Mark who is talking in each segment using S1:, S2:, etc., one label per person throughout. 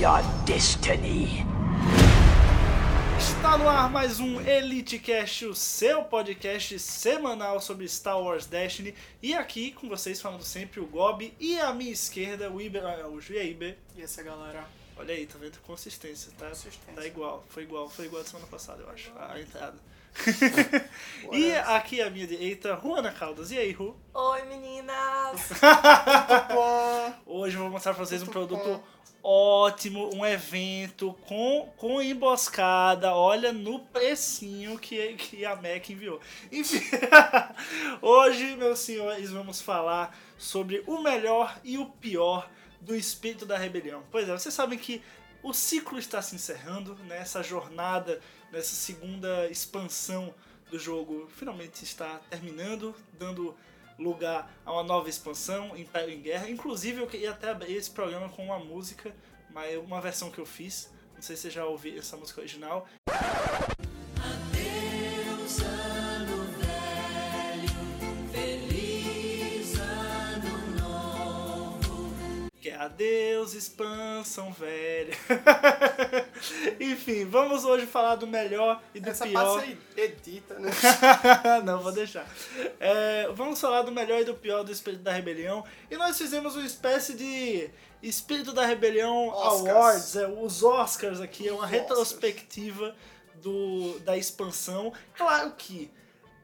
S1: your destiny.
S2: Está no ar mais um Elite Cast, o seu podcast semanal sobre Star Wars Destiny. E aqui com vocês falando sempre o Gob e à minha esquerda o Iber Araújo. E aí, Iber?
S3: E essa galera?
S2: Olha aí, tá vendo? Consistência, tá?
S3: Consistência.
S2: Tá igual, foi igual, foi igual a semana passada, eu acho, a entrada. e aqui a minha direita, Ruana Caldas. E aí, Ru?
S4: Oi, meninas!
S2: Hoje eu vou mostrar pra vocês um
S3: Muito
S2: produto
S3: bom.
S2: ótimo, um evento com, com emboscada. Olha no precinho que, que a Mac enviou. Enfim, hoje, meus senhores, vamos falar sobre o melhor e o pior do espírito da rebelião. Pois é, vocês sabem que o ciclo está se encerrando, né? essa jornada, nessa segunda expansão do jogo finalmente está terminando, dando lugar a uma nova expansão, Império em Guerra. Inclusive, eu queria até abrir esse programa com uma música, mas uma versão que eu fiz. Não sei se você já ouviu essa música original.
S4: Adeus, ano velho, feliz ano novo.
S2: Que é Adeus, expansão velha. Enfim, vamos hoje falar do melhor e do
S3: Essa
S2: pior.
S3: parte aí, edita, né?
S2: não, vou deixar. É, vamos falar do melhor e do pior do Espírito da Rebelião. E nós fizemos uma espécie de Espírito da Rebelião
S3: Oscars.
S2: Awards, é, os Oscars aqui, é uma
S3: Os
S2: retrospectiva do, da expansão. Claro que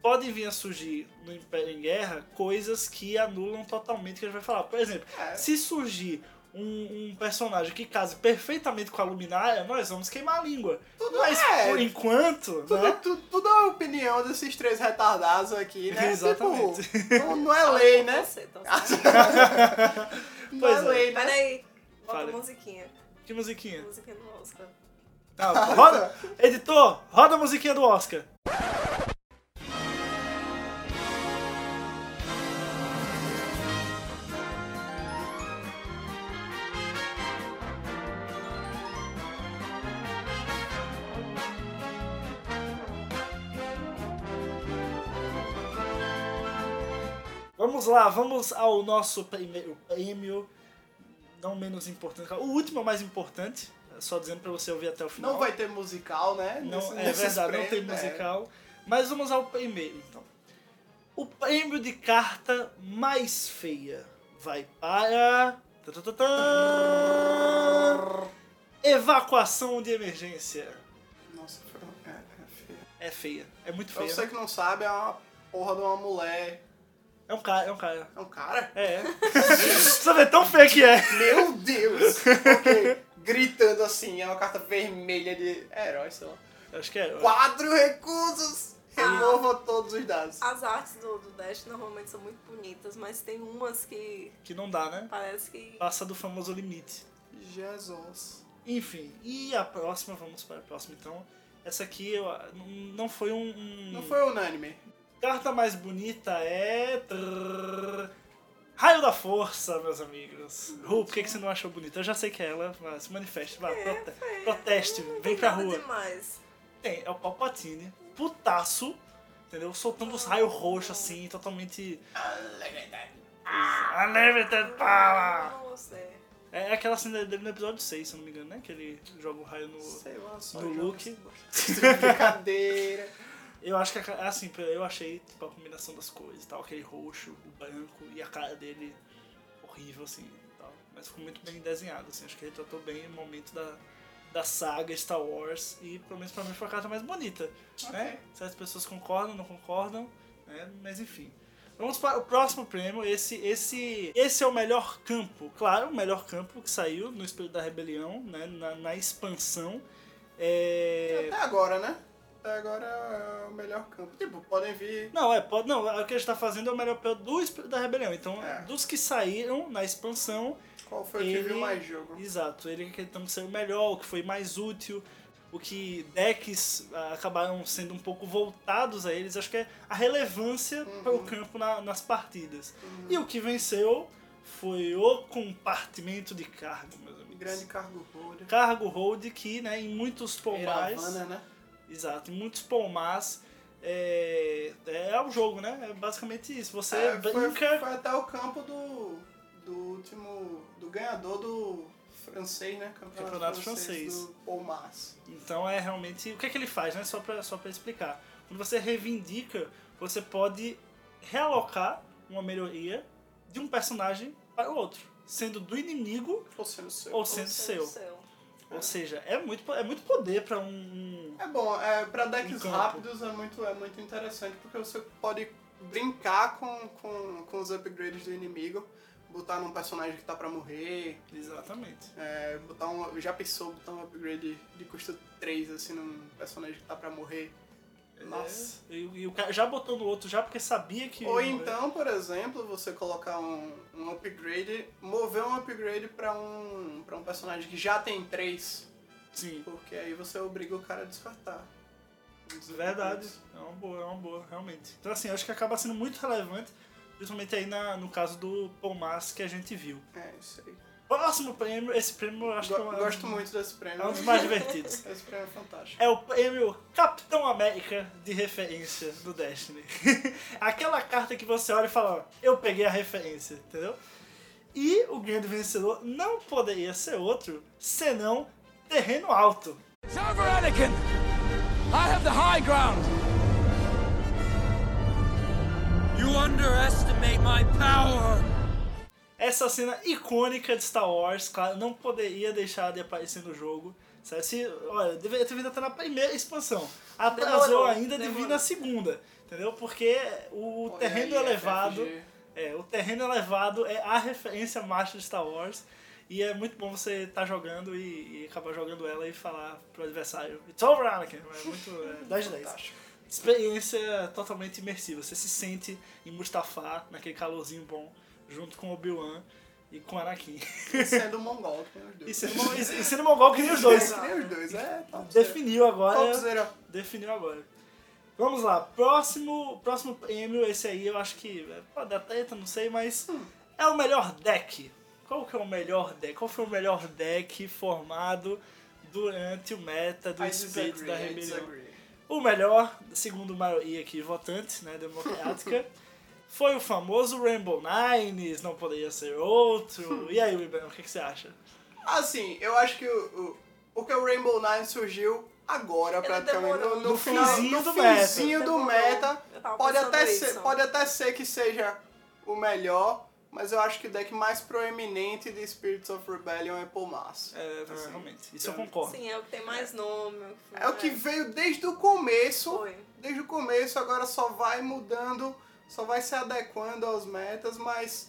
S2: podem vir a surgir no Império em Guerra coisas que anulam totalmente o que a gente vai falar. Por exemplo,
S3: É.
S2: se surgir um, um personagem que case perfeitamente com a luminária, nós vamos queimar a língua.
S3: Tudo
S2: Mas
S3: é.
S2: por enquanto,
S3: Tudo,
S2: né?
S3: é- tu- tudo é a opinião desses três retardados aqui, né?
S2: Exatamente.
S3: Tipo, não, não é lei, né?
S4: Você, então,
S3: Não
S2: Pois
S3: é
S2: é.
S3: lei, né?
S4: Peraí, bota
S2: Fala.
S4: musiquinha.
S2: Que musiquinha?
S4: Musiquinha do Oscar.
S2: Tá, roda, editor, roda a musiquinha do Oscar. Vamos lá, vamos ao nosso primeiro prêmio, não menos importante, o último é o mais importante, só dizendo pra você ouvir até o final.
S3: Não vai ter musical, né?
S2: Não,
S3: Nesse-
S2: é
S3: nesses
S2: verdade, não
S3: prêmios,
S2: tem
S3: né?
S2: musical. Mas vamos ao primeiro, então. O prêmio de carta mais feia vai para. Tatatatã! Evacuação de emergência.
S3: Nossa, foi um- é, é feio.
S2: É feia, é muito
S3: Pra
S2: feia.
S3: você que não sabe, é uma porra de uma mulher.
S2: É um cara, é um cara.
S3: É um cara?
S2: É, é. Você vê tão feia que é.
S3: Meu Deus! Ok. Gritando assim, é uma carta vermelha de herói, sei lá.
S2: Acho que é.
S3: Quatro recursos! Remova todos os dados.
S2: Ah.
S4: As artes do, do Dash normalmente são muito bonitas, mas tem umas que
S2: Que não dá, né?
S4: parece que.
S2: Passa do famoso limite.
S3: Jesus.
S2: Enfim, e a próxima, vamos para a próxima então. Essa aqui eu, n- não foi um. um-
S3: Não foi unânime.
S2: Carta mais bonita é. trrr, Raio da Força, meus amigos. Ru, por que, que você não achou bonita? Eu já sei que é ela, mas se manifeste, vai, prote- proteste,
S4: É, Não
S2: vem
S4: tem
S2: pra
S4: nada
S2: rua.
S4: Demais.
S2: Tem, é o Palpatine, putaço, entendeu? Soltando os raios roxos assim, totalmente. Unlimited power!
S4: Não sei.
S2: É aquela cena dele no episódio 6, se eu não me engano, né? Que ele joga o raio no.
S3: Sei lá, só.
S2: No
S3: joga
S2: look.
S3: essa Brincadeira.
S2: Eu acho que, a ca- assim, eu achei tipo, a combinação das cores e tal, aquele roxo, o branco e a cara dele horrível, assim, e tal. Mas ficou muito bem desenhado, assim, acho que retratou bem o momento da, da saga Star Wars e, pelo menos pra mim, foi a carta mais bonita, né? Se as pessoas concordam, não concordam, né? Mas, enfim. Vamos para o próximo prêmio, esse, esse, esse é o melhor campo, claro, o melhor campo que saiu no Espírito da Rebelião, né? Na, na expansão. É...
S3: Até agora, né? Até agora é o melhor campo. Tipo, podem vir.
S2: Não, é, pode, não, o que a gente tá fazendo é o melhor papel do Espírito da Rebelião. Então,
S3: É.
S2: dos que saíram na expansão,
S3: Qual foi o
S2: Ele-
S3: que viu mais jogo?
S2: exato, ele acreditamos ser o melhor, o que foi mais útil, o que decks ah, acabaram sendo um pouco voltados a eles, acho que é a relevância
S3: Uhum.
S2: para o campo na- nas partidas. E o que venceu foi o compartimento de cargo, meus amigos.
S3: Grande cargo holder.
S2: Cargo hold que, né, em muitos pomais.
S3: Havana, né?
S2: Exato, em muitos palmas é, é o jogo, né? É basicamente isso. Você
S3: É, foi,
S2: brinca.
S3: foi até o campo do. do último. do ganhador do francês, né? Campeonato,
S2: Campeonato francês.
S3: do Paul Mas.
S2: Então é realmente. O que é que ele faz, né? Só pra, só pra explicar. Quando você reivindica, você pode realocar uma melhoria de um personagem para o outro, sendo do inimigo
S3: Ou sendo é seu.
S2: ou sendo seu. Ou seja, é muito, é muito poder pra um. um-
S3: É bom, é, pra decks
S2: campo.
S3: rápidos é muito, é muito interessante, porque você pode brincar com, com, com os upgrades do inimigo, botar num personagem que tá pra morrer,
S2: Exatamente.
S3: é, botar um. Já pensou botar um upgrade de custo 3 assim num personagem que tá pra morrer? Nossa.
S2: É, E, e o cara já botou no outro já porque sabia que.
S3: Ou então, por exemplo, você colocar um, um upgrade, mover um upgrade pra um, pra um personagem que já tem três,
S2: Sim.
S3: porque aí você obriga o cara a descartar.
S2: Verdade. É uma boa, é uma boa, realmente. Então assim, acho que acaba sendo muito relevante, principalmente aí na, no caso do Palmas que a gente viu.
S3: É, isso aí.
S2: Próximo prêmio, esse prêmio eu acho
S3: Go-
S2: que é um-
S3: gosto muito desse prêmio.
S2: é um dos mais divertidos.
S3: Esse prêmio é fantástico.
S2: É o prêmio Capitão América de referência do Destiny. Aquela carta que você olha e fala, ó, eu peguei a referência, entendeu? E o grande vencedor não poderia ser outro, senão Terreno Alto.
S5: It's over, Anakin! I have the high ground! You underestimate my power!
S2: Essa cena icônica de Star Wars, claro, não poderia deixar de aparecer no jogo. Sabe? Se, olha, deveria ter vindo até na primeira expansão. Atrasou
S4: Demorou,
S2: ainda de vir
S4: demorou.
S2: na segunda, entendeu? Porque o
S3: Olha
S2: terreno
S3: aí,
S2: elevado...
S3: FFG.
S2: É, o terreno elevado é a referência master de Star Wars. E é muito bom você estar jogando e, e acabar jogando ela e falar pro adversário. It's over, Anakin! É muito. É, 10 de 10.
S3: Fantástico.
S2: Experiência totalmente imersiva. Você se sente em Mustafar, naquele calorzinho bom, junto com Obi-Wan e com Anakin.
S3: E sendo é mongol, que nem os dois. é
S2: E sendo, mo- e sendo mongol que nem os é dois.
S3: Que nem os dois, é top. zero.
S2: Definiu agora.
S3: Top zero.
S2: Definiu agora. Vamos lá, próximo, próximo prêmio, esse aí eu acho que é, pode dar treta, não sei, mas é o melhor deck. Qual que é o melhor deck? Qual foi o melhor deck formado durante o meta do
S3: I
S2: Espírito
S3: disagree,
S2: da
S3: I
S2: Rebelião?
S3: disagree.
S2: O melhor, segundo a maioria aqui votante, né, democrática, foi o famoso Rainbow Nines, não poderia ser outro. E aí, Wibben, o que, que você acha?
S3: Assim, eu acho que o, o, porque o Rainbow Nine surgiu agora, praticamente.
S4: demorou.
S3: No, no
S4: No
S3: final,
S2: finzinho
S3: no
S2: do meta.
S3: finzinho do
S4: Demorou.
S3: meta.
S4: Eu tava
S3: Pode
S4: pensando
S3: até,
S4: nisso.
S3: ser, pode até ser que seja o melhor, mas eu acho que o deck mais proeminente de Spirits of Rebellion é Pomas.
S2: É,
S3: Assim,
S2: realmente, isso eu concordo.
S4: Sim, é o que tem mais nome.
S3: É o que veio desde o começo.
S4: Foi.
S3: Desde o começo, agora só vai mudando, só vai se adequando aos metas, mas.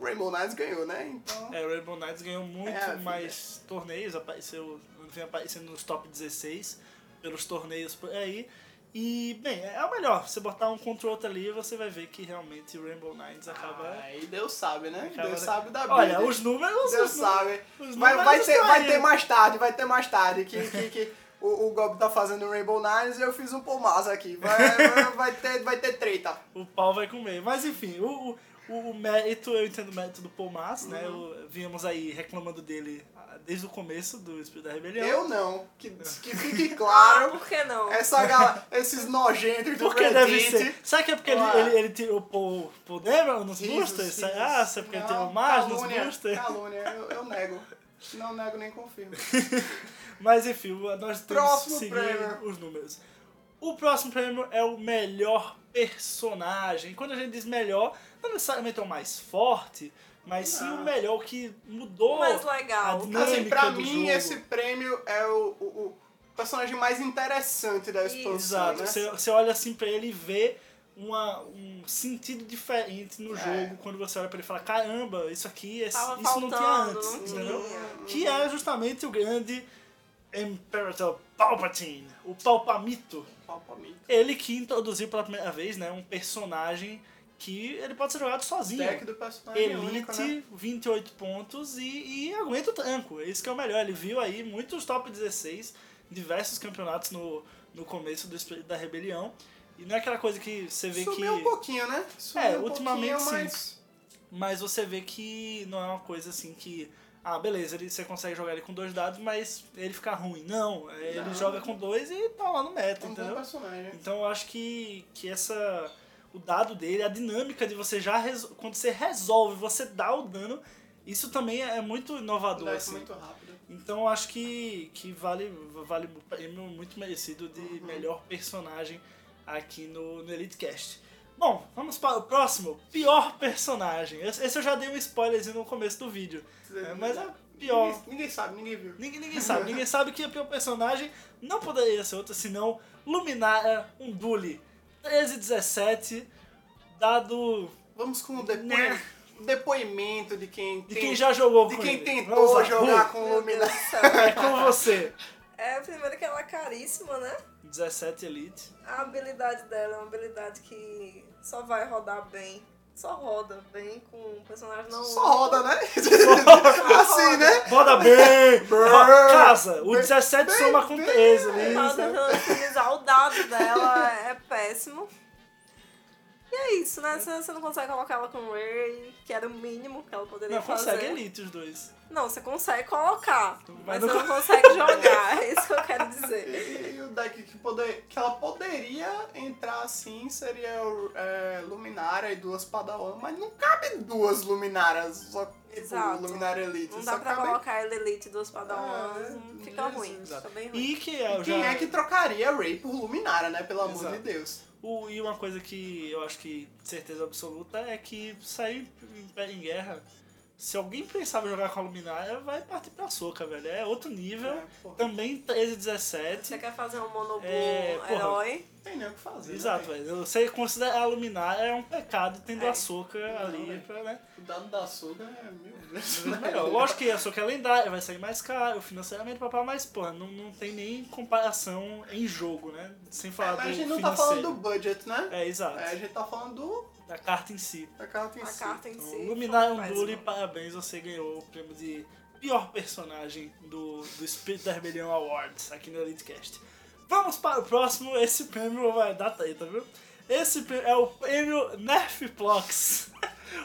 S3: Rainbow Nines ganhou, né? Então.
S2: É, o Rainbow Knights ganhou muito
S3: É a vida.
S2: mais torneios, apareceu, vem aparecendo nos top 16 pelos torneios por aí. E, bem, é o melhor. Você botar um contra o outro ali, você vai ver que realmente o Rainbow Knights acaba.
S3: Aí Deus sabe, né?
S2: acaba-
S3: Deus sabe da vida.
S2: Olha, os números.
S3: Deus
S2: os números-
S3: sabe.
S2: os
S3: Vai,
S2: números
S3: vai, ter,
S2: estão
S3: vai
S2: aí.
S3: ter mais tarde, vai ter mais tarde. Que, que, que o, o Gob tá fazendo Rainbow Nines e eu fiz um Pomaz aqui. Vai, vai, vai ter, vai ter treta.
S2: O pau vai comer. Mas enfim, o, o, o mérito, eu entendo o mérito do Pomas, né?
S3: Uhum.
S2: Eu- vínhamos aí reclamando dele ah, desde o começo do Espírito da Rebelião.
S3: Eu não. Que, que fique
S4: Claro.
S3: claro.
S4: Ah, por que não?
S3: Essa gala, esses nojentos do
S2: Por que
S3: Reddit.
S2: deve ser? Será que é porque ele,
S3: Olá.
S2: ele, ele tirou o Paul, Paul Dameron nos
S3: Risos,
S2: boosters?
S3: risos.
S2: Ah, será porque ele
S3: Não,
S2: tirou mais nos
S3: calúnia,
S2: boosters?
S3: Calúnia, eu, eu nego. Não nego nem confirmo.
S2: Mas enfim, nós temos que
S3: Próximo
S2: seguir
S3: prêmio.
S2: os números. O próximo prêmio é o melhor personagem. Quando a gente diz melhor, não necessariamente é o mais forte, mas sim o melhor, o que mudou
S4: O mais legal.
S2: a dinâmica
S3: Assim, Ah. pra
S2: do
S3: mim,
S2: jogo.
S3: esse prêmio é o, o- o personagem mais interessante da
S4: Isso.
S3: expansão.
S2: Exato.
S3: né?
S2: Você, você olha assim pra ele e vê uma, um sentido diferente no
S3: É.
S2: jogo quando você olha pra ele e fala: caramba, isso aqui, esse-
S4: Tava
S2: isso não tinha
S4: faltando,
S2: antes,
S4: não
S2: entendeu?
S4: tinha.
S2: Que é justamente o grande Imperator Palpatine, o Palpamito.
S3: Palpa mim.
S2: Ele que introduziu pela primeira vez, né, um personagem que ele pode ser jogado sozinho.
S3: Deck do personagem
S2: Elite,
S3: único, né?
S2: 28 pontos e, e aguenta o tranco. Isso que é o melhor. Ele viu aí muitos top 16, diversos campeonatos no, no começo do, espírito da rebelião. E não é aquela coisa que você vê
S3: Subiu
S2: que.
S3: um pouquinho, né? Subiu
S2: É,
S3: um
S2: ultimamente
S3: pouquinho,
S2: sim.
S3: mas... é
S2: Mas você vê que não é uma coisa assim que. Ah, beleza, ele, você consegue jogar ele com dois dados, mas ele fica ruim. Não, é, ele
S3: Não.
S2: joga com dois e tá lá no meta,
S3: é Um bom
S2: entendeu?
S3: personagem.
S2: Então eu acho que, que essa. O dado dele, a dinâmica de você já. resol- Quando você resolve, você dá o dano, Isso também é muito inovador,
S3: Desce
S2: assim.
S3: Um muito rápido.
S2: Então eu acho que, que vale, vale o prêmio muito merecido de melhor personagem aqui no, no EliteCast. Bom, vamos para o próximo. Pior personagem. Esse, esse eu já dei um spoilerzinho no começo do vídeo. né, Mas é pior.
S3: Ninguém, ninguém sabe, ninguém viu.
S2: Ninguém, ninguém sabe. Ninguém sabe que o pior personagem não poderia ser outro senão é, um Luminara Unduli. 1317, dado
S3: Vamos com o
S2: Né.
S3: depoimento, depoimento de quem
S2: de
S3: tem-
S2: quem já jogou
S3: de
S2: com
S3: quem
S2: ele. Vamos lá.
S3: tentou jogar com o
S4: Meu Deus
S3: Luminar.
S4: do céu.
S2: É com você.
S4: É, primeiro que ela é caríssima, né?
S2: 17 Elite.
S4: A habilidade dela é uma habilidade que só vai rodar bem. Só roda bem com um personagem não.
S3: Só roda, né? assim, né?
S2: Roda bem!
S3: Brrr.
S2: Casa, o 17 soma com né? 13 ali.
S4: Roda pra utilizar o dado dela é péssimo. E é isso, né? Você você não consegue colocar ela com Ray, que era o mínimo que ela poderia
S2: Não,
S4: fazer.
S2: consegue é Então elite os dois.
S4: Não, você consegue colocar,
S2: Mas
S4: mas,
S2: não
S4: você não consegue jogar. É isso que eu quero dizer.
S3: E o deck que, poder, que ela poderia entrar assim seria o, é, Luminara e duas Padawan, mas não cabe duas Luminaras, só tipo,
S4: Exato.
S3: Luminara Elite.
S4: Não
S3: só
S4: dá pra
S3: cabe-
S4: colocar ela elite dos padawans.
S3: Ah,
S4: fica
S3: Jesus.
S4: ruim, fica é bem ruim.
S2: E que eu
S3: Quem
S2: já-
S3: é que trocaria Ray por Luminara, né? Pelo amor
S2: Exato.
S3: de Deus.
S2: o- e uma coisa que eu acho que certeza absoluta é que sair em pé em guerra, se alguém pensava em jogar com a Luminária, vai partir pra soca, velho. É outro nível.
S3: É, porra.
S2: Também 13,
S4: Você
S2: 17.
S4: quer fazer um monobu
S2: É, porra.
S4: herói?
S3: Tem nem o que fazer. né,
S2: Exato,
S3: velho?
S2: velho. Você considerar a Luminária é um pecado tendo
S4: É.
S2: a soca ali
S3: velho.
S2: pra, né?
S3: O dado da Suga é mil vezes
S2: Melhor.
S3: melhor.
S2: Lógico que a sua calendária vai sair mais caro, financeiramente papá, mas pô, não, não tem nem comparação em jogo, né? Sem falar
S3: Mas
S2: do
S3: a gente não
S2: financeiro.
S3: tá falando do budget, né?
S2: É, exato.
S3: É, a gente tá falando do.
S2: Da carta em si.
S3: da carta em
S4: A
S3: si.
S4: carta em
S2: Então,
S4: si.
S2: Luminar
S4: faz
S2: Unduli,
S4: mal.
S2: parabéns, você ganhou o prêmio de pior personagem do, do Espírito da Rebelião Awards aqui no EliteCast. Vamos para o próximo, esse prêmio vai dar treta, viu? Esse prêmio é o prêmio Nerf Plox.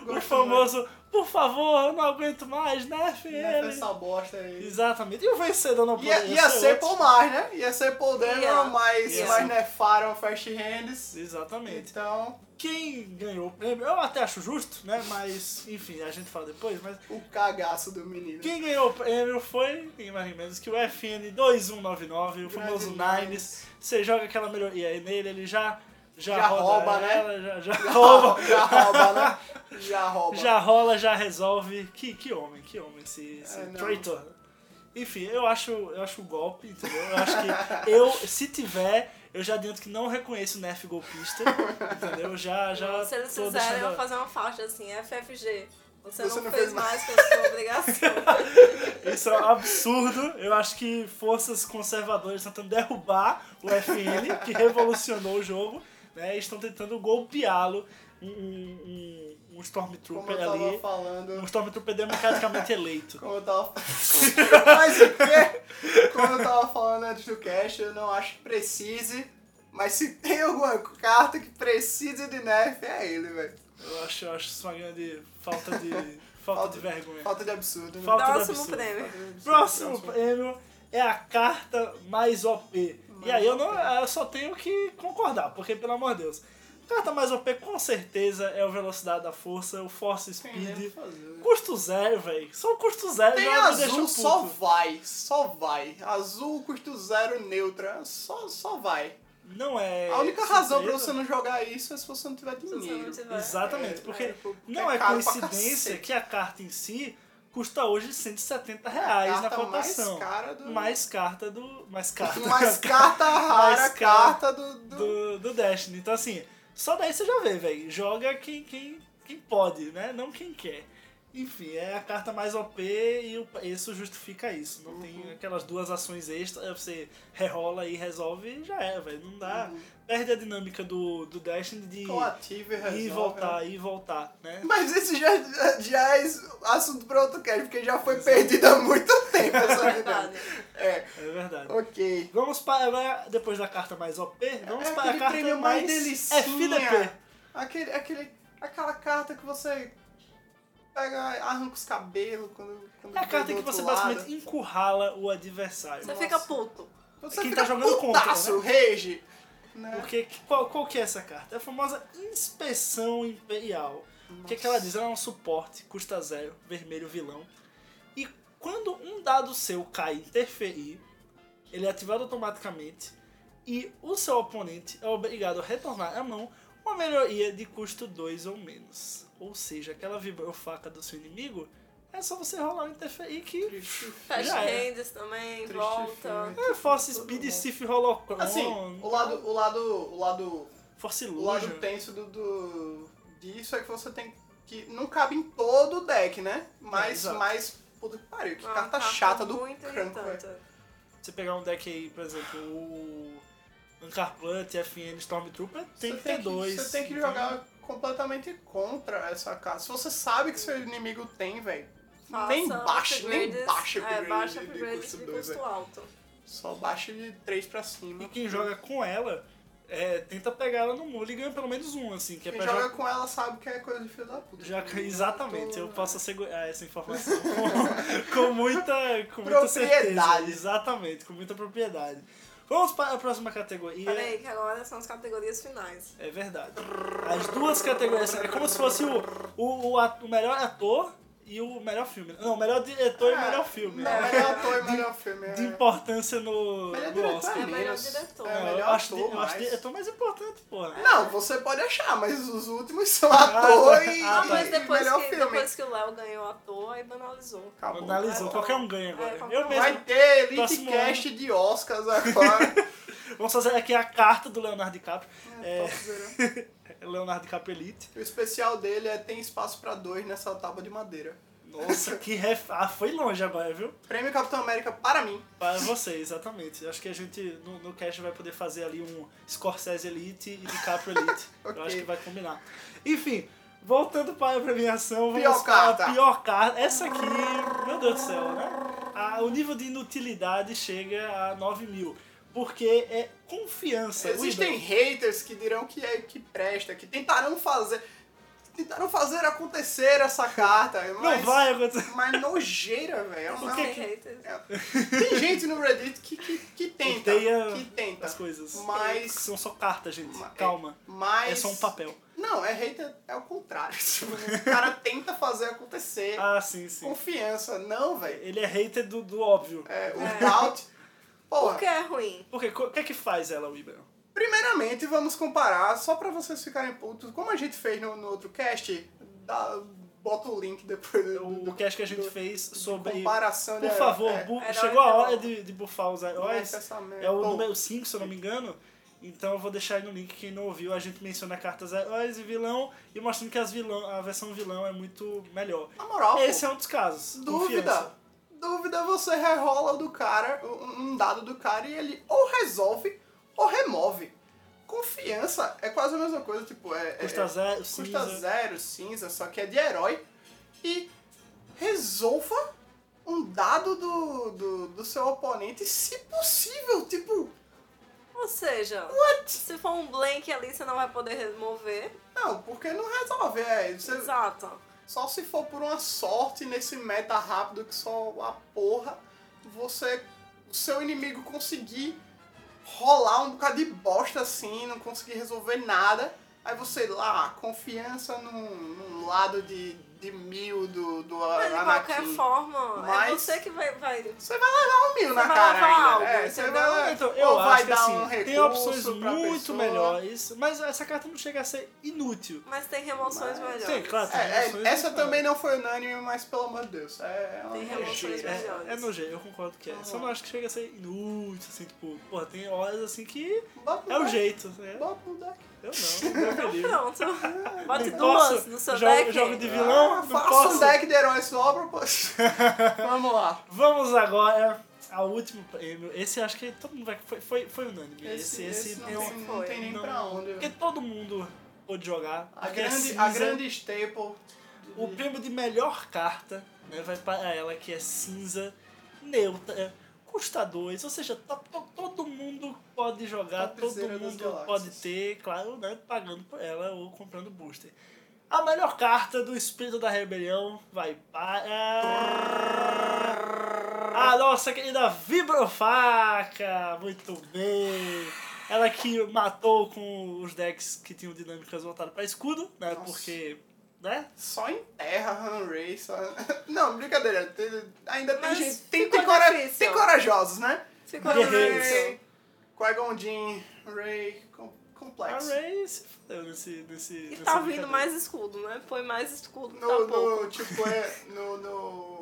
S2: o
S3: Gosto
S2: famoso, por favor, eu não aguento mais, Nerf é ele.
S3: Né, Essa bosta aí.
S2: Exatamente. E é o vencedor não
S3: Ia,
S2: poderia
S3: ia ser
S2: outro.
S3: Polmar, né? Ia ser Poldemon,
S4: Ia.
S3: mas,
S2: Ia.
S3: mas né, Faron First Hands.
S2: Exatamente.
S3: Então,
S2: Quem ganhou o prêmio, eu até acho justo, né? Mas, enfim, a gente fala depois, mas...
S3: o cagaço do menino.
S2: Quem ganhou o prêmio foi, ninguém mais nem menos, que o FN2199, o famoso
S3: Grande
S2: Nines. Você joga aquela melhoria aí nele, ele já... Já,
S3: Já
S2: roda
S3: rouba, né?
S2: ela, Já, já
S3: Já
S2: rouba.
S3: rouba, já rouba, né? Já rouba.
S2: Já rola, já resolve. Que, que homem, que homem, esse, esse
S3: É, não.
S2: traitor. Enfim, eu acho, eu acho o golpe, entendeu? Eu acho que eu, se tiver, eu já adianto que não reconheço o Nerf golpista, entendeu? Já, já.
S4: Se eles
S2: tô
S4: fizerem, eu
S2: deixando-
S4: vou fazer uma faixa assim, FFG. Você,
S3: Você
S4: não,
S3: não
S4: fez,
S3: fez
S4: mais que a sua obrigação.
S2: Isso é um absurdo. Eu acho que forças conservadoras tentando derrubar o FN, que revolucionou o jogo, né? E estão tentando golpeá-lo. Um, um, um- um
S3: Como
S2: Stormtrooper
S3: eu tava
S2: ali. Um
S3: falando.
S2: Stormtrooper democraticamente eleito.
S3: Como eu tava. mas o quê? Como eu tava falando antes do cast, eu não acho que precise. Mas se tem alguma carta que precise de nerf, é ele, velho.
S2: Eu acho, eu acho isso uma grande falta de. falta, de vergonha.
S3: Falta de absurdo, né?
S2: Falta de
S4: Próximo
S2: absurdo.
S4: prêmio.
S2: Próximo prêmio é a carta mais OP. e aí eu não eu só tenho que concordar, porque pelo amor de Deus. Carta mais OP com certeza é o Velocidade da Força, o Force
S3: Tem nem o que
S2: Speed.
S3: fazer.
S2: Custo zero, velho. Só o custo zero
S3: Tem
S2: já me deixou
S3: azul, só
S2: puto.
S3: vai, só vai. Azul, custo zero, neutra, só, só vai.
S2: Não é.
S3: A única razão pra
S2: surpresa.
S3: você não jogar isso é se você não tiver
S4: Se você não
S3: dinheiro.
S4: tiver-
S2: Exatamente,
S3: É,
S2: porque
S3: é, porque
S2: não é,
S3: é caro pra
S2: coincidência
S3: cacete.
S2: que a carta em si custa hoje 170
S3: É A
S2: É reais na
S3: carta mais
S2: cotação.
S3: cara do-
S2: Mais carta do. Mais carta.
S3: Mas carta rara,
S2: Mais
S3: carta,
S2: carta
S3: do, do-
S2: do, do Destiny. Então, assim, só daí você já vê, velho. Joga quem, quem, quem pode, né? Não quem quer. Enfim, é a carta mais OP e o preço justifica isso. Não
S3: Uhum.
S2: tem aquelas duas ações extras, você rerola e resolve e já é, velho. Não dá.
S3: Uhum.
S2: Perde a dinâmica do, do Destiny de
S3: coletivo e resolve.
S2: ir e voltar, ir e voltar, né?
S3: Mas esse já, já é assunto pra outro cast, porque já foi perdido há muito tempo essa
S4: Verdade.
S3: vida. É,
S2: É verdade.
S3: ok.
S2: Vamos para agora, depois da carta mais OP, vamos
S3: é
S2: para a
S3: aquele
S2: carta
S3: prêmio
S2: mais
S3: delicinha.
S2: FDP.
S3: É Aquele, aquele, aquela carta que você pega, arranca os cabelos quando, quando
S2: É a
S3: vem do
S2: carta que
S3: outro
S2: você
S3: lado.
S2: basicamente encurrala o adversário.
S4: Você fica puto.
S3: Você
S2: quem
S3: fica
S2: tá jogando contra,
S3: putaço, rage. Né?
S2: Porque que- qual, qual que é essa carta? É a famosa Inspeção Imperial. O que, é que ela diz? Ela é um suporte, custa zero, vermelho vilão. E quando um dado seu cai e interferir, ele é ativado automaticamente e o seu oponente é obrigado a retornar à mão uma melhoria de custo 2 ou menos. Ou seja, aquela vibrofaca do seu inimigo é só você rolar um interferir que.
S4: Fast
S2: Já é.
S4: Hands também,
S3: Triste
S4: volta.
S3: filme.
S2: É Force Speed,
S3: mundo.
S2: Sif Holocron.
S3: Assim, o lado, o lado, o lado,
S2: Force
S3: o lado
S2: Luja.
S3: tenso do, do disso é que você tem que não cabe em todo o deck, né?
S2: É,
S3: Mas,
S2: exato.
S3: mas puta que pariu, que
S4: É Uma
S3: carta chata do
S4: tá muito
S3: cranco.
S4: irritante.
S3: velho.
S2: Você pegar um deck aí, por exemplo, o. Ancar Plant, FN, Stormtrooper, tem
S3: Você
S2: que ter dois.
S3: Você tem que
S2: Então,
S3: jogar completamente contra essa carta. Se você sabe que seu inimigo tem, velho,
S4: Faça
S3: nem baixa, nem
S4: upgrades-
S3: baixa
S4: É, baixa
S3: de- de
S4: upgrades
S3: custo
S4: de
S3: dois,
S4: custo
S3: velho.
S4: alto.
S3: Só baixa de 3 pra cima.
S2: E é quem joga com ela, é, tenta pegar ela no Mulligan, pelo menos um, assim, que é
S3: Quem
S2: pra
S3: joga
S2: jogar.
S3: com ela sabe que é coisa de filho da puta.
S2: Já, é
S3: Tô-
S2: exatamente, eu posso assegurar ah, essa informação com, com muita, com muita certeza.
S3: Propriedade.
S2: Exatamente, com muita propriedade. Vamos para a próxima categoria.
S4: Peraí, que agora são as categorias finais.
S2: É verdade. As duas categorias. É como se fosse o, o, o, at- o melhor ator e o melhor filme. Não, o melhor diretor e o
S3: É,
S2: melhor filme. né?
S3: Não, melhor ator e melhor filme. é.
S2: De importância no,
S3: Melhor
S2: no
S3: diretor
S2: Oscar.
S4: É
S3: é
S4: melhor
S3: menos.
S4: diretor.
S3: É
S4: Não,
S2: eu
S3: melhor
S2: acho,
S3: ator,
S2: de, eu acho
S3: mas-
S2: diretor mais importante, porra.
S3: Não, você pode achar, mas os últimos são ator e,
S2: Ah,
S4: Ah, mas
S3: e
S4: depois
S3: tá. melhor
S4: que,
S3: filme.
S4: depois que o Léo ganhou a toa, aí banalizou.
S3: Acabou.
S2: Analisou,
S4: Vai,
S2: qualquer
S4: vai.
S2: um ganha agora.
S4: É, qualquer
S2: eu
S4: um.
S2: mesmo.
S3: Vai ter Elite
S2: Próximo
S3: Cast de Oscars agora.
S2: Vamos fazer aqui a carta do Leonardo DiCaprio.
S3: É,
S2: É,
S3: top zero.
S2: Leonardo DiCaprio Elite.
S3: O especial dele é Tem Espaço pra Dois nessa tábua de madeira.
S2: Nossa, que ref... Ah, foi longe agora, viu?
S3: Prêmio Capitão América para mim.
S2: Para você, exatamente. Acho que a gente no, no cast vai poder fazer ali um Scorsese Elite e DiCaprio Elite.
S3: Ok.
S2: Eu acho que vai combinar. Enfim, voltando para a premiação, vamos
S3: Pior
S2: para a
S3: carta.
S2: pior carta. Essa aqui, meu Deus do céu, né? Ah, o nível de inutilidade chega a 9 mil. Porque é confiança.
S3: Existem
S2: Whedon.
S3: haters que dirão que é que presta, que tentaram fazer. Tentaram fazer acontecer essa carta.
S2: Não
S3: mas,
S2: vai acontecer.
S3: Mas nojeira, velho. É
S4: Não
S3: uma-
S4: tem haters.
S3: É. Tem gente no Reddit que, que, que tenta.
S2: Odeia
S3: que tenta.
S2: as coisas.
S3: Mas.
S2: São só cartas, gente.
S3: ma-
S2: Calma.
S3: Mas.
S2: É só um papel.
S3: Não, é hater, é o contrário. Tipo, o cara tenta fazer acontecer.
S2: Ah, sim, sim.
S3: Confiança. Não, velho.
S2: Ele é hater do, do óbvio.
S3: É, o doubt. Porra,
S4: O que é ruim?
S2: Porque o que é que faz ela, Wibel?
S3: primeiramente vamos comparar, só pra vocês ficarem putos, como a gente fez no, no outro cast, dá- bota o link depois do, do,
S2: O cast que a gente
S3: do-
S2: fez sobre.
S3: comparação
S2: Por
S3: de-
S2: favor,
S3: é,
S2: bu-
S4: Herói
S2: chegou a
S4: tá
S2: hora
S4: bom.
S2: de, de bufar os heróis.
S3: Nossa, essa merda.
S2: É o
S3: Bom.
S2: número 5, se eu não me engano. Então eu vou deixar aí no link quem não ouviu. A gente menciona cartas heróis e vilão e mostrando que as vilão, a versão vilão é muito melhor.
S3: Na moral, pô.
S2: Esse é um dos casos.
S3: Dúvida.
S2: Confiança.
S3: Dúvida, você rerola o do cara, um um dado do cara e ele ou resolve ou remove. Confiança é quase a mesma coisa, tipo, é. é-
S2: Custa zero,
S3: custa
S2: cinza.
S3: zero, cinza, só que é de herói. E resolva um dado do, do, do seu oponente, se possível, tipo.
S4: Ou seja, se for um blank ali, você não vai poder remover.
S3: Não, porque não resolve, é. Você,
S4: Exato.
S3: Só se for por uma sorte nesse meta rápido que só a porra, você. O seu inimigo conseguir rolar um bocado de bosta assim, não conseguir resolver nada. Aí você lá, confiança num, num lado de, de mil do, do
S4: Mas de qualquer
S3: Anakin.
S4: forma, é
S3: Mas-
S4: você que vai. vai...
S3: Você vai levar um mil na
S4: vai
S3: cara
S4: levar
S3: ainda.
S4: algo,
S3: é, você
S4: entendeu?
S3: vai,
S2: Então,
S3: ou
S2: eu
S3: vai
S2: acho que
S3: dar
S2: assim,
S3: um recurso
S2: tem opções
S3: pra
S2: muito
S3: pessoa.
S2: melhores, mas essa carta não chega a ser inútil.
S4: Mas tem remoções melhores.
S2: Sim, claro, tem
S3: É, é,
S2: opções
S3: essa
S2: muito
S3: também não foi unânime, mas pelo amor de Deus. É, é uma
S4: Tem né?
S3: nojeira.
S4: relações
S2: É,
S4: melhores.
S2: é nojento, eu concordo que é. Só não acho que chega a ser inútil, assim, tipo, porra, tem horas assim que
S3: Bota um
S2: é o
S3: deck,
S2: jeito. né?
S3: Bota o deck.
S2: Eu não, eu me livro.
S4: Pronto. Bote
S2: É, Não
S4: duas
S2: posso.
S4: no seu
S2: Jogo-
S4: deck.
S2: jogo de vilão, não
S3: faça
S2: posso.
S3: um deck de heróis sobra, pô. Vamos lá.
S2: Vamos agora ao último prêmio. Esse eu acho que todo mundo vai. Foi, foi, foi unânime. Esse, esse,
S3: não,
S2: não.
S3: tem, não tem nem
S2: não-
S3: pra onde.
S2: Porque todo mundo pôde jogar.
S3: A
S2: porque é
S3: grande,
S2: cinza.
S3: a grande staple.
S2: O prêmio de melhor carta né, vai para ela, que é cinza, neutra, custa 2, ou seja, tá- to- todo mundo pode jogar, todo
S3: Topzera das
S2: mundo
S3: galáxias.
S2: pode ter, claro, né, pagando por ela ou comprando booster. A melhor carta do Espírito da Rebelião vai para. A nossa querida Vibrofaca! Muito bem! Ela que matou com os decks que tinham dinâmicas voltadas para escudo, né?
S3: Nossa.
S2: Porque né?
S3: Só enterra Han Ray, só... Não, brincadeira. tem- Ainda tem
S4: Mas
S3: gente... Tem,
S4: ficou
S3: tem, cora-
S4: difícil.
S3: tem corajosos, né?
S4: Ficou
S3: Então,
S2: Guerreiros.
S4: Ray.
S3: Qui-Gon Jinn, Ray... com-
S2: A
S3: Complexo.
S2: Ray se Tá fudeu nesse. nesse
S4: E
S2: nessa
S4: tá vindo
S2: é brincadeira.
S4: mais escudo, né? Põe mais escudo pra
S3: No,
S4: tá pouco.
S3: no, tipo, é... No... no...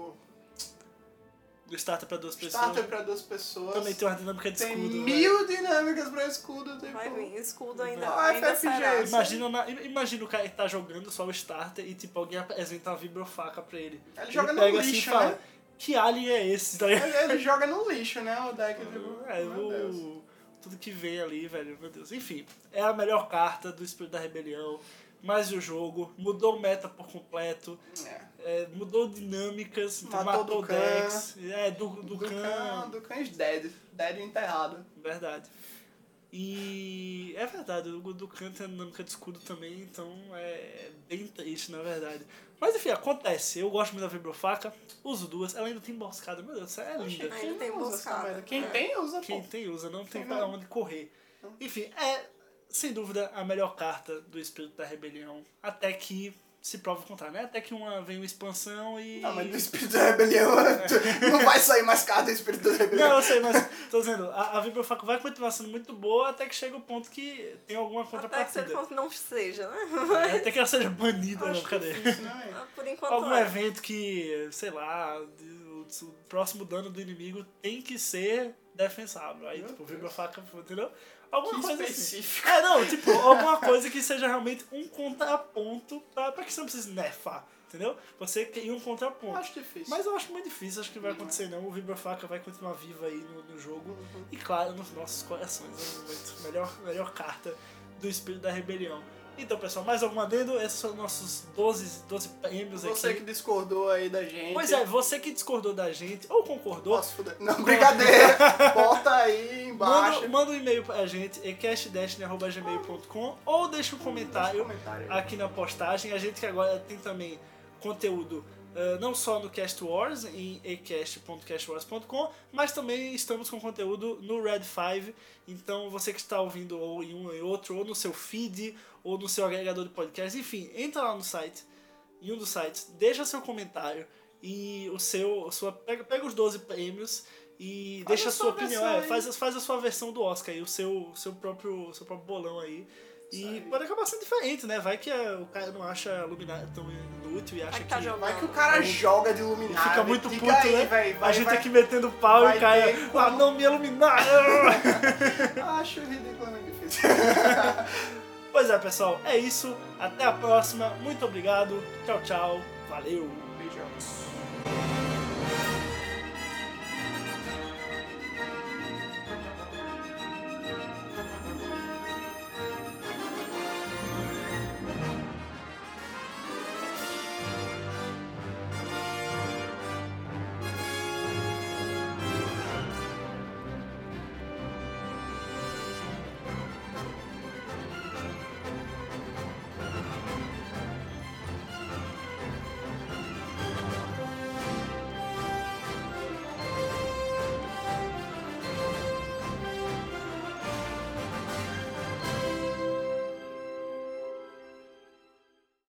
S2: Do startup pra duas pessoas.
S3: Starter pra duas pessoas.
S2: Também tem uma dinâmica de
S3: Tem
S2: escudo. né?
S3: mil dinâmicas pra escudo, tipo...
S4: Vai vir, escudo ainda,
S3: Ah,
S4: ainda
S3: FFG.
S4: será.
S2: Imagina, na- im- imagina o cara que tá jogando só o starter e tipo alguém apresenta uma vibrofaca pra ele. assim
S3: Ele joga no lixo, né?
S2: que alien é esse? Tá ligado?
S3: Ele, ele joga no lixo, né? O deck tipo,
S2: É,
S3: meu Deus.
S2: o... Tudo que vem ali, velho, meu Deus. Enfim, é a melhor carta do Espírito da Rebelião, mais o jogo, mudou o meta por completo,
S3: É.
S2: é, mudou dinâmicas,
S3: Matou
S2: matou,
S3: o
S2: o
S3: Dukan.
S2: Dex, é, do, do,
S3: Do
S2: Khan,
S3: Khan, do Khan is dead. Dead enterrado.
S2: Verdade. E é verdade, o do canto é dinâmica de escudo também, então é bem triste, na verdade. Mas enfim, acontece. Eu gosto muito da vibrofaca, uso duas, ela ainda tem emboscada, meu Deus, ela é linda.
S4: Ainda tem
S3: usa essa
S4: buscada.
S3: merda? Quem tem, usa,
S2: Quem
S3: pô.
S2: tem usa, não tem
S3: Sim,
S2: para
S3: não.
S2: onde correr. Enfim, é sem dúvida a melhor carta do espírito da rebelião. Até que se prova contar, né? Até que uma vem uma expansão e.
S3: Não, Tá, mas do Espírito da Rebelião tu- não vai sair mais carta do Espírito da Rebelião.
S2: É. Não, eu sei, mas tô dizendo, a, a Vibrofaco vai continuar sendo muito boa até que chega o ponto que tem alguma
S4: Até que se
S2: contrapartida.
S4: ele fosse- não seja, né?
S2: Até que ela seja banida, não,
S3: Acho
S2: cadê?
S3: difícil, né?
S4: Por enquanto
S2: É. Algum
S4: é.
S2: evento que, sei lá, de- o o próximo dano do inimigo tem que ser defensável. Aí,
S3: Meu
S2: tipo,
S3: Deus.
S2: vibra faca, entendeu? Alguma
S3: Que
S2: coisa
S3: específico.
S2: assim. É, não, tipo, alguma coisa que seja realmente um contraponto pra, pra que você não precise nefar, entendeu? Você tem um contraponto.
S3: Acho difícil.
S2: Mas eu acho muito difícil, acho que vai acontecer não. O Vibrofaca vai continuar vivo aí no, no jogo. E claro, nos nossos corações. É muito melhor, melhor carta do espírito da rebelião. Então, pessoal, mais algum adendo? Esses são nossos 12, 12 prêmios
S3: Você
S2: aqui.
S3: que discordou aí da gente.
S2: é Pois é, você que discordou da gente ou concordou,
S3: Posso fuder. Não, brincadeira. Bota aí embaixo.
S2: manda, manda um e-mail pra gente, ecastdestiny.gmail.com ou deixa um comentário
S3: comentário.
S2: aqui na postagem. A gente que agora tem também conteúdo ah, não só no Cast Wars, em ecast.castwars.com, mas também estamos com conteúdo no Red 5. Então você que está ouvindo ou em um ou em outro, ou no seu feed, ou no seu agregador de podcast, enfim, entra lá no site, em um dos sites, deixa seu comentário e o seu. Sua, pega, pega os 12 prêmios. E
S3: Faz
S2: deixa
S3: a
S2: a
S3: sua
S2: sua opinião,
S3: versão
S2: é,
S3: aí.
S2: faz, a- faz a sua versão do Oscar aí, o seu, seu, próprio, seu próprio bolão aí. E
S3: Sabe?
S2: pode acabar sendo diferente, né? Vai que é, o cara não acha a luminária tão inútil e acha
S4: Vai
S2: que.
S4: que tá jogando.
S3: Vai que o cara joga de
S2: e
S3: iluminário.
S2: um- fica muito
S3: diga
S2: puto,
S3: aí,
S2: né?
S3: véi, vai,
S2: a gente
S3: vai.
S2: aqui metendo pau
S3: vai
S2: e o cara.
S3: ter
S2: Ah,
S3: como-
S2: não me iluminária!
S3: Acho né, ridiculamente difícil.
S2: pois é, pessoal, é isso. Até a próxima. Muito obrigado. Tchau, tchau. Valeu!
S3: Beijão.